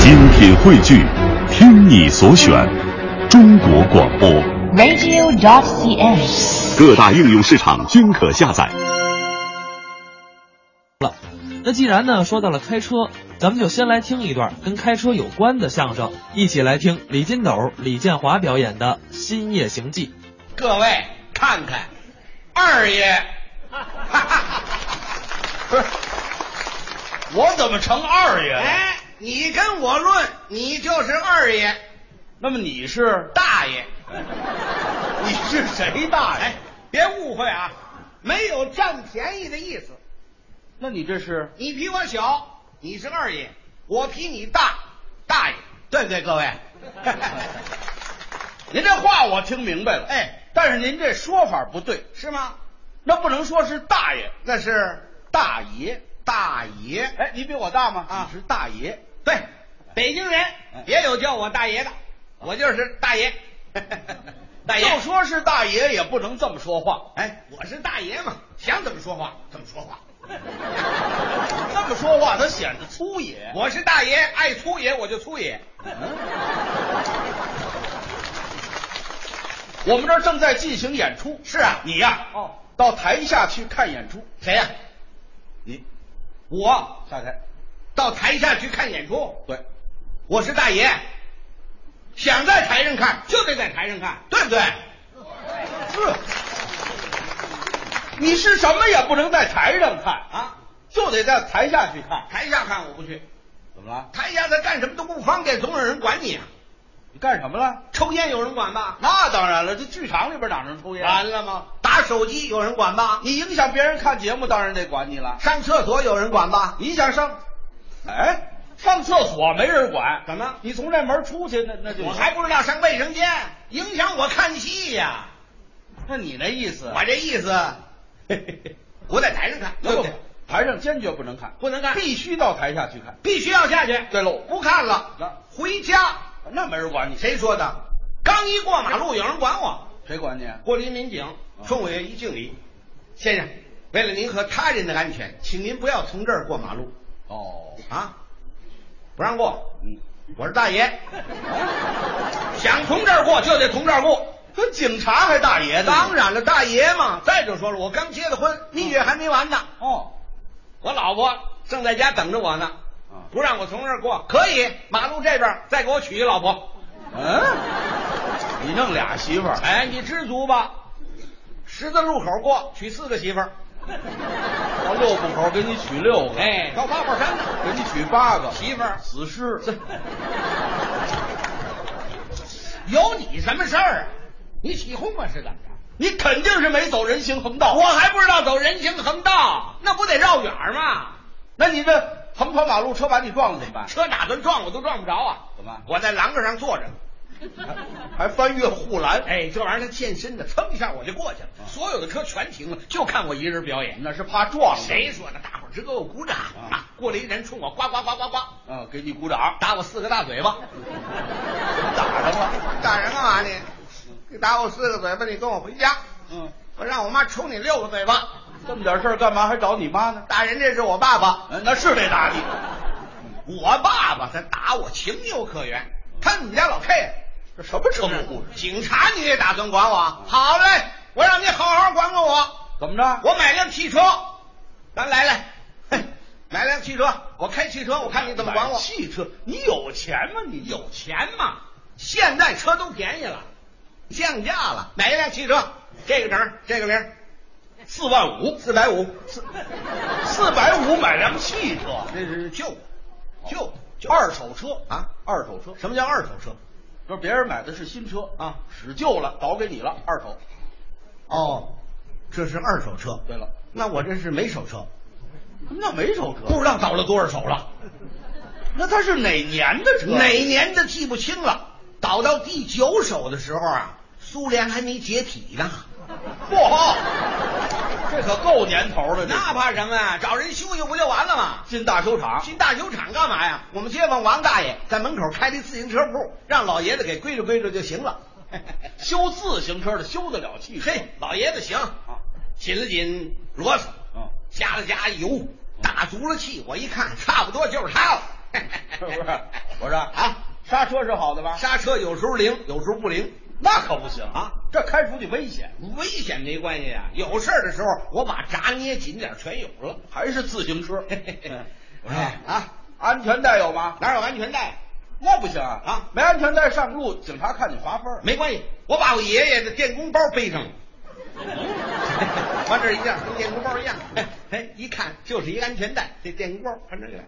精品汇聚，听你所选，中国广播。 radio.cn。各大应用市场均可下载。那既然呢说到了开车，咱们就先来听一段跟开车有关的相声，一起来听李金斗、李建华表演的《新夜行记》。各位看看，二爷， 不是，我怎么成二爷了？哎，你跟我论，你就是二爷，那么你是大 爷，你是谁大哎别爷？，误会啊，没有占便宜的意思。那你这是你比我小，你是二爷；我比你大，大爷，对不对，各 位？您这话我听明白了，哎，但是您这说法不对，是吗？那不能说是大爷，那是大爷。大爷，哎，你比我大吗？啊你是大爷。哎对，北京人也有叫我大爷的，我就是大爷， 大爷。就说是大爷，也不能这么说话。哎，我是大爷嘛，想怎么说话怎么说 话。这么说话，他显得粗野。我是大爷，爱粗野我就粗野。我们这儿正在进行演出，是啊，你呀、哦，到台下去看演出。谁呀、你我下台，到台下去看演出，对，我是大爷，想在台上看就得在台上看，对不对？是，你是什么也不能在台上看啊，就得在台下去看。台下看我不去，怎么了？台下他干什么都不方便，总有人管你啊。你干什么了？抽烟有人管吧？那当然了，这剧场里边哪能抽烟？完了吗？打手机有人管吧？你影响别人看节目，当然得管你了。上厕所有人管吧？你想上，哎，上厕所没人管，怎么你从这门出去，那那就我还不知道上卫生间，影响我看戏呀、那你那意思？我这意思，我在台上看，对不对不对对？？台上坚决不能看，不能看必须到台下去看。必须要下去。对喽不看了那，回家。那没人管你，谁谁说的？刚一过马路，有人管我。谁管你？啊哦过林民警冲我一敬礼，先生，为了您和他人的安全，请您不要从这儿过马路哦，啊！不让过，嗯，我是大爷，想从这儿过就得从这儿过。跟警察还大爷呢？当然了，大爷嘛。再者说了，我刚结的婚，蜜月还没完呢。哦，我老婆正在家等着我呢啊，不让我从这儿过，可以马路这边儿再给我娶一老婆。嗯，你弄俩媳妇儿，哎，你知足吧。十字路口过，娶四个媳妇儿。到六部口给你娶六个，哎，到八宝山呢，给你娶八个媳妇儿死尸。 有你什么事儿啊？你起哄我是怎么着？你肯定是没走人行横道，我还不知道走人行横道，那不得绕远儿吗？那你这横穿马路车把你撞了怎么办？车打算撞我都撞不着啊！怎么我在栏杆上坐着呢。还翻越护栏？啊哎，这玩意儿它健身的，蹭一下我就过去了，所有的车全停了，就看我一人表演。那是怕撞了。谁？说的？大伙儿直给我鼓掌啊！过来一人冲我呱呱呱呱呱，嗯，给你鼓掌，打我四个大嘴 巴。打上了。打人干嘛呢？你打我四个嘴巴，你跟我回家。嗯，我让我妈抽你六个嘴巴。这么点事儿干嘛还找你妈呢？打人这是我爸爸，嗯，那是得打你。嗯我爸爸他打我情有可原。看你们家老 K，这什么车祸故事？嗯警察你也打算管我？好嘞，我让你好好管管我。怎么着？我买辆汽车，咱来来，哼买辆汽车，我开汽车，我看你怎么管我买。汽车？你有钱吗？你有钱嘛，现在车都便宜了，降价了，买一辆汽车，这个整儿，这个零儿，四万五，四百五，四四百五买辆汽车，这是旧的，旧的就二手车啊？二手车，什么叫二手车？就是别人买的是新车啊使旧了倒给你了，二手。哦，这是二手车。对了，那我这是没手车，那没手车，不知道倒了多少手了，那他是哪年的车？啊哪年的记不清了。倒到第九手的时候啊，苏联还没解体呢。嚯，这可够年头了。这那怕什么呀？找人修修不就完了吗？进大修厂，进大修厂干嘛呀？我们街坊王大爷在门口开了一自行车铺，让老爷子给归置归置就行了。 修自行车的修得了汽车？嘿，老爷子行，啊，紧了紧螺丝，嗯，加了加油，打足了气。我一看，差不多就是他了， 是不是？我说啊，刹车是好的吧？刹车有时候灵，有时候不灵，那可不行啊，这开出去危险。危险没关系啊。有事儿的时候，我把闸捏紧点儿，全有了。还是自行车 我说啊，哎安全带有吗？哪有安全带？那不行啊啊没安全带上路，警察看你划分儿。没关系，我把我爷爷的电工包背 上了。往这儿一样，跟电工包一 样。哎哎，一看就是一安全带，这电工包，看这个。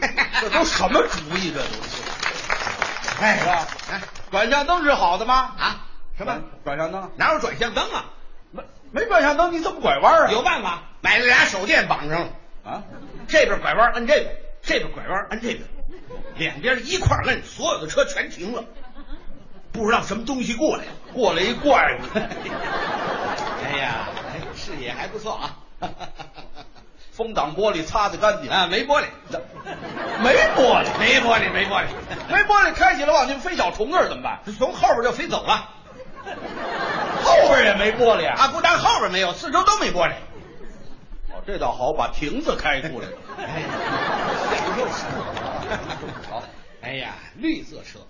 这都什么主意？这都是 哎是吧？哎转向灯是好的吗？啊，什么？转向灯？哪有转向灯啊？没没转向灯，你怎么拐弯啊？有办法，买了俩手电绑上了，啊？这边拐弯摁这个，这边拐弯摁这个，两边一块儿摁，所有的车全停了。不知道什么东西过来了，过来一怪物。 哎呀，哎视野还不错啊。 风挡玻璃擦得干净，啊，没玻璃，没玻璃，没玻璃，没玻璃，没玻璃开起来往前飞小虫儿怎么办？从后边就飞走 了。后边也没玻璃啊，！不但后边没有，四周都没玻璃。哦，这倒好，把亭子开出来了。哎呀，就是。好， 哎呀，绿色车，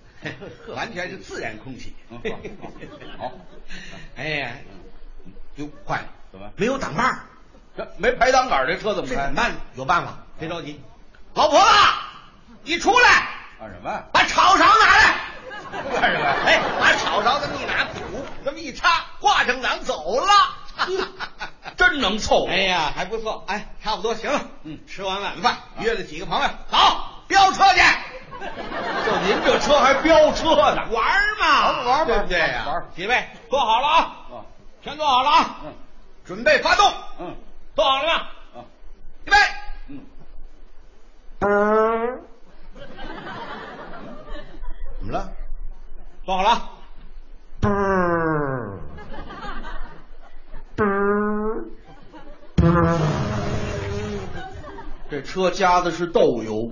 完全是自然空气。嗯 好好好哎呀，哟，坏了，怎么没有挡把儿？这没排挡杆儿，这车怎么这开怎么？办？有办法，别着急。老婆子，你出来，干啊什么？把炒勺拿来。干什么哎，把炒勺这么一拿，土这么一插，挂正囊走了。 真能凑合哎呀，还不错，哎，差不多行了。嗯吃完晚饭，约了几个朋友，走飙车去就您这车还飙车呢？玩儿嘛，玩儿玩儿对不对呀？玩儿玩儿几位坐好了啊，啊，全坐好了啊，嗯准备发动，嗯坐好了吗？啊预备，嗯， 怎么了？坐好了啊。这车加的是豆油。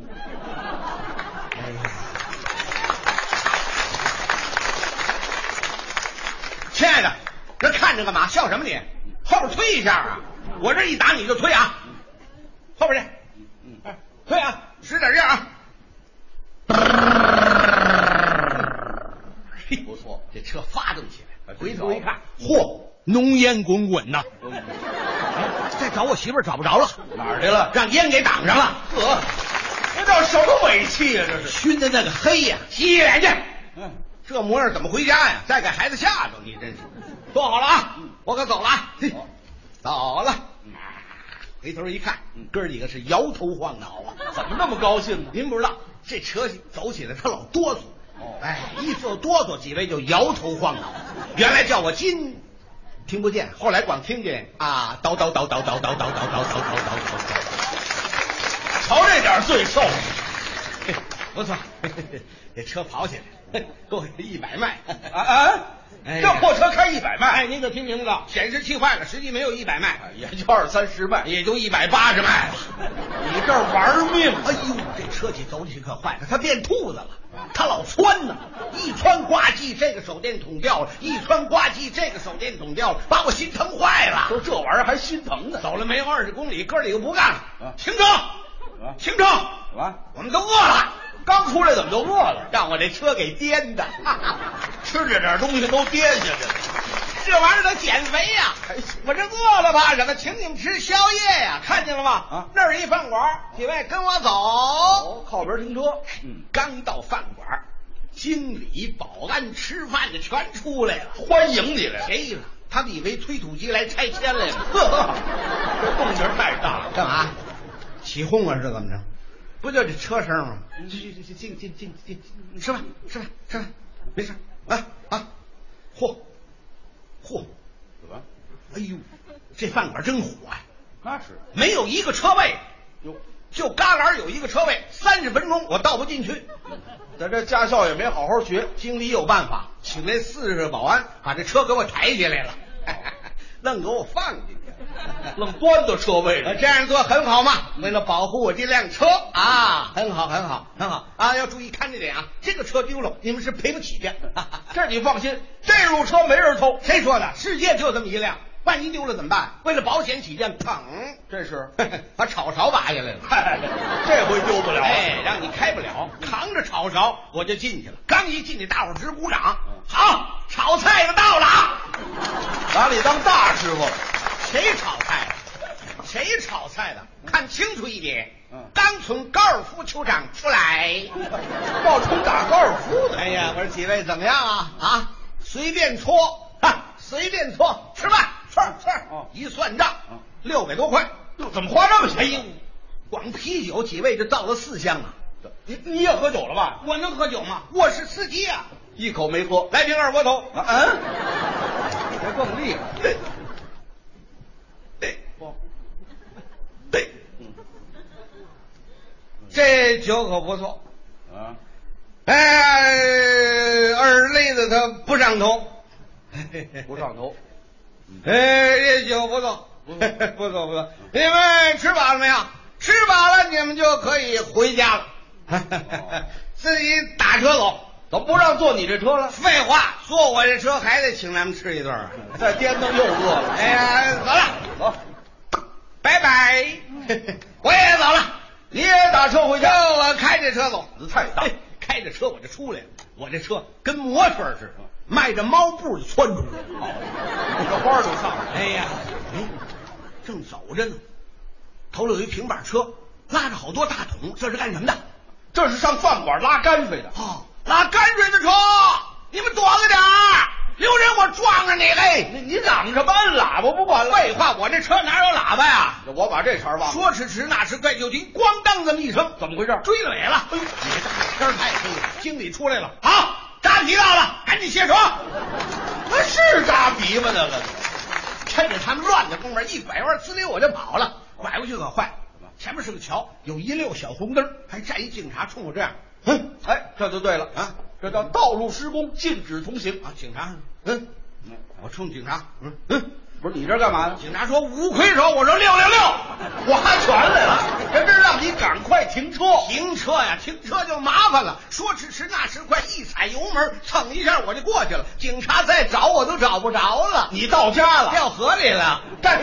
亲爱的，这看着干嘛？笑什么你？后边推一下啊！我这一打你就推啊，后边去，嗯哎推啊，使点劲啊！嘿不错这车发动起来，回头一看，嚯，浓烟滚滚呐！哎再找我媳妇儿找不着了，嗯哪儿去了？让烟给挡上了，呵，这叫什么尾气呀、这是，熏的那个黑呀，洗洗脸去。嗯，这模样怎么回家呀？再给孩子吓着，你真是。坐好了啊，我可走了啊。嘿好走了。回头一看，哥儿几个是摇头晃脑啊。怎么那么高兴呢？您不知道，这车走起来他老哆嗦哦。哎，一说哆嗦，几位就摇头晃脑。原来叫我金，听不见，后来光听见啊，叨叨叨叨叨叨叨叨叨叨叨叨叨。瞧这点罪受，嘿不错，嘿嘿嘿这车跑起来，嘿够一百迈。啊啊！哎这呀破车开一百迈，哎，您可听明白了，显示器坏了，实际没有一百迈，也就二三十迈，也就一百八十迈了。你这玩命啊哎呦，这车体走起去可坏了，它变兔子了，它老窜呢，一窜呱唧，这个手电筒掉了，一窜呱唧，这个手电筒掉了，把我心疼坏了。都这玩意儿还心疼呢。走了没有二十公里，哥几个不干了啊，停车，啊停车，怎么？我们都饿了，刚出来怎么就饿了？让我这车给颠的，吃这点东西都颠下去了。这玩意儿得减肥呀、哎行我这饿了吧？什么？请你们吃宵夜呀、看见了吗？啊哦那儿一饭馆，几位跟我走。哎靠边停车。嗯，刚到饭馆，经理、保安、吃饭的全出来了。欢迎你来。谁了？他们以为推土机来拆迁来了。呵， 这动静太大了。干嘛？起哄啊？是怎么着？不就这车声吗？嗯进进进进进进，吃饭吃饭吃饭，没事来啊！嚯嚯！怎么？哎呦，这饭馆真火呀、那是。没有一个车位，哟，就旮旯有一个车位，三十分钟我倒不进 去。咱这驾校也没好好学。经理有办法，请那四十个保安把这车给我抬起来了， 愣给我放进去。愣端到车位呃了，这样做很好嘛，为了保护我这辆车啊，很好，很好，很好啊！要注意看着点啊，这个车丢了你们是 赔不起的。这你放心，这路车没人偷。谁说的？世界就这么一辆，万一丢了怎么办？为了保险起见，捧，这是 把炒勺拔下来了。嗨，这回丢不了了。啊嗯哎，让你开不了，扛着炒勺我就进去了。刚一进去，大伙儿直鼓掌。嗯好，炒菜的到了啊！把你当大师傅了。谁炒菜的？谁炒菜的？看清楚一点。嗯刚从高尔夫球场出来。 冒充打高尔夫的，哎呀，我说几位怎么样啊？啊，随便搓，哈，随便搓，吃饭，吃吃。哦一算账嗯，六百多块。怎么花这么哎些？呦，光啤酒几位就倒了四箱啊！你你也喝酒了吧？我能喝酒吗？我是司机啊！一口没喝，来瓶二锅头。啊嗯，这更厉害。哦对，嗯这酒可不错。啊，哎，二累子他不上头， 不上头。 哎，这酒不错，不错， 不错，不错。你们吃饱了没有？吃饱了，你们就可以回家了。 自己打车走。怎么哦不让坐你这车了？废话，坐我这车还得请咱们吃一顿啊！ 再颠腾又饿了。哎呀，走了，走，拜拜。我也走了，你也打车回让家。我开着车走。你太大哎，开着车我就出来了，我这车跟摩托似的，迈着猫步就窜出来了。你这花儿都上来了。哦哎呀，哎，正走着呢，头里有一平板车，拉着好多大桶，这是干什么的？这是上饭馆拉泔水的。哦，拉泔水的车，你们躲着点儿，留人我撞上你嘞！你嚷什么按喇叭不管了？废话，我这车哪有喇叭呀？我把这茬儿忘了。说迟迟，那迟快，就听咣当这么一声，怎么回事？追了尾了。哎呦，你这大天儿太黑了！经理出来了，好，扎皮到了，赶紧卸车。那是扎鼻吗？那个趁着他们乱的功夫，一拐弯，呲溜我就跑了。拐过去可坏了，前面是个桥，有一溜小红灯儿，还站一警察冲我这样，嗯，哎，这就对了啊这叫道路施工禁止通行。啊，警察，嗯，我冲警察，嗯嗯，不是你这干嘛呢？警察说五魁首，我说六六六，划拳来了，人这是让你赶快停车。停车呀，停车就麻烦了。说迟迟，那时快，一踩油门，蹭一下我就过去了。警察再找我都找不着了，你到家了，掉河里了。干